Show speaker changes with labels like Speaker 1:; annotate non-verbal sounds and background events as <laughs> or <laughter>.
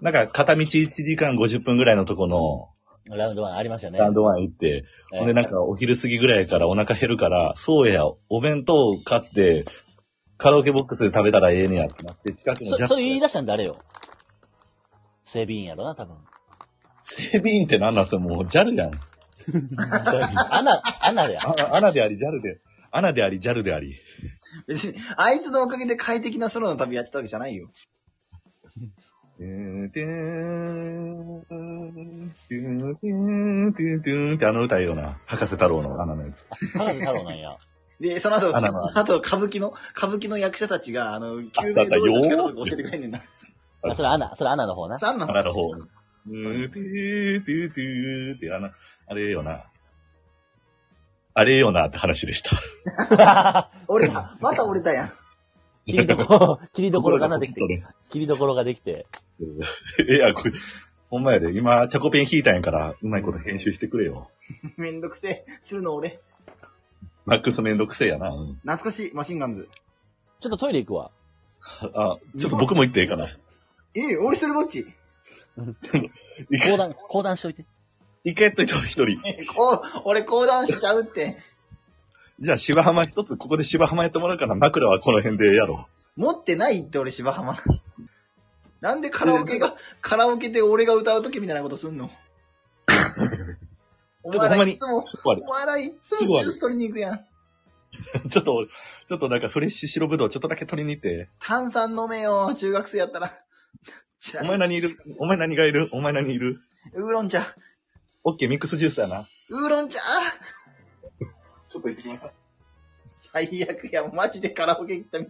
Speaker 1: なんか、片道1時間50分ぐらいのとこの、
Speaker 2: ラウンドワンありましたね。
Speaker 1: ランドワン行って、
Speaker 2: えー
Speaker 1: ほんでなんかお昼過ぎぐらいからお腹減るから、そうや、お弁当を買って、カラオケボックスで食べたらええねやってなって、近くのジャ
Speaker 2: そ、
Speaker 1: ス
Speaker 2: それ言い出したん誰よ整備員やろな、多分。
Speaker 1: 整備員って何なんすよ、もう JAL やん。
Speaker 2: アナ、アナ
Speaker 1: <laughs>
Speaker 2: だよ。
Speaker 1: あアナであり JAL で、アナであり JAL であり。
Speaker 3: 別に、 <laughs> あいつのおかげで快適なソロの旅やってたわけじゃないよ。
Speaker 1: トゥートゥートゥートゥートゥートゥーってあの歌いいよな。博士太郎のアナのやつ。
Speaker 2: 田辺太郎なんや。
Speaker 3: で、その後、
Speaker 1: あ
Speaker 3: そ
Speaker 1: らま
Speaker 3: の後、歌舞伎の、歌舞伎の役者たちが、あの、救
Speaker 1: あっ
Speaker 3: 命
Speaker 1: た
Speaker 3: 胴
Speaker 1: よー
Speaker 3: 体のとか教えてくれんねんな。 <laughs>
Speaker 2: あ、それアナ、それアナの方な。
Speaker 3: そうあんな
Speaker 1: ア
Speaker 3: の
Speaker 1: ナの方。トゥートゥートゥートゥーってあの、あれよな。あれよなって話でした。
Speaker 3: 俺、また折れたやん。
Speaker 2: 切りどころ、切りどころがなで
Speaker 1: <laughs>
Speaker 2: きて、切りどころができて。
Speaker 1: いや、これ、ほんまやで。今、チャコペン引いたんやから、うまいこと編集してくれよ。
Speaker 3: めんどく <laughs> せえ。するの俺。
Speaker 1: マックスめんどくせえやな。うん
Speaker 3: 懐かしい、マシンガンズ。
Speaker 2: ちょっとトイレ行くわ。
Speaker 1: あ、ちょっと僕も行っていいかな。
Speaker 3: ええ、俺それぼっち。
Speaker 2: 講談、 <laughs> 講談しといて。
Speaker 1: 一回やっといたわ、一人。
Speaker 3: えこう、俺講談しちゃうって。
Speaker 1: じゃあ、芝浜一つ、ここで芝浜やってもらうから、枕はこの辺でやろ
Speaker 3: 持ってないって俺芝浜。 <laughs> なんでカラオ
Speaker 1: <laughs>
Speaker 3: ケが、カラオケで俺が歌うときみたいなことすんのお前らいつも
Speaker 1: う。、すぐ終
Speaker 3: お前らいつ
Speaker 1: すぐ
Speaker 3: も
Speaker 1: あ
Speaker 3: ジュ
Speaker 1: る
Speaker 3: ース取りに行くやん。
Speaker 1: わるちょっと、ちょっとなんかフレッシュ白ぶどうちょっとだけ取りに行って。
Speaker 3: 炭酸飲めよ、中学生やったら。 <laughs>
Speaker 1: お前何いるお前何がいるお前何いる
Speaker 3: ウーロン茶。
Speaker 1: オッケー、ミックスジュースやな。
Speaker 3: ウーロン茶
Speaker 1: ちょっと行ってきます。
Speaker 3: 最悪や、マジでカラオケ行ったみたい。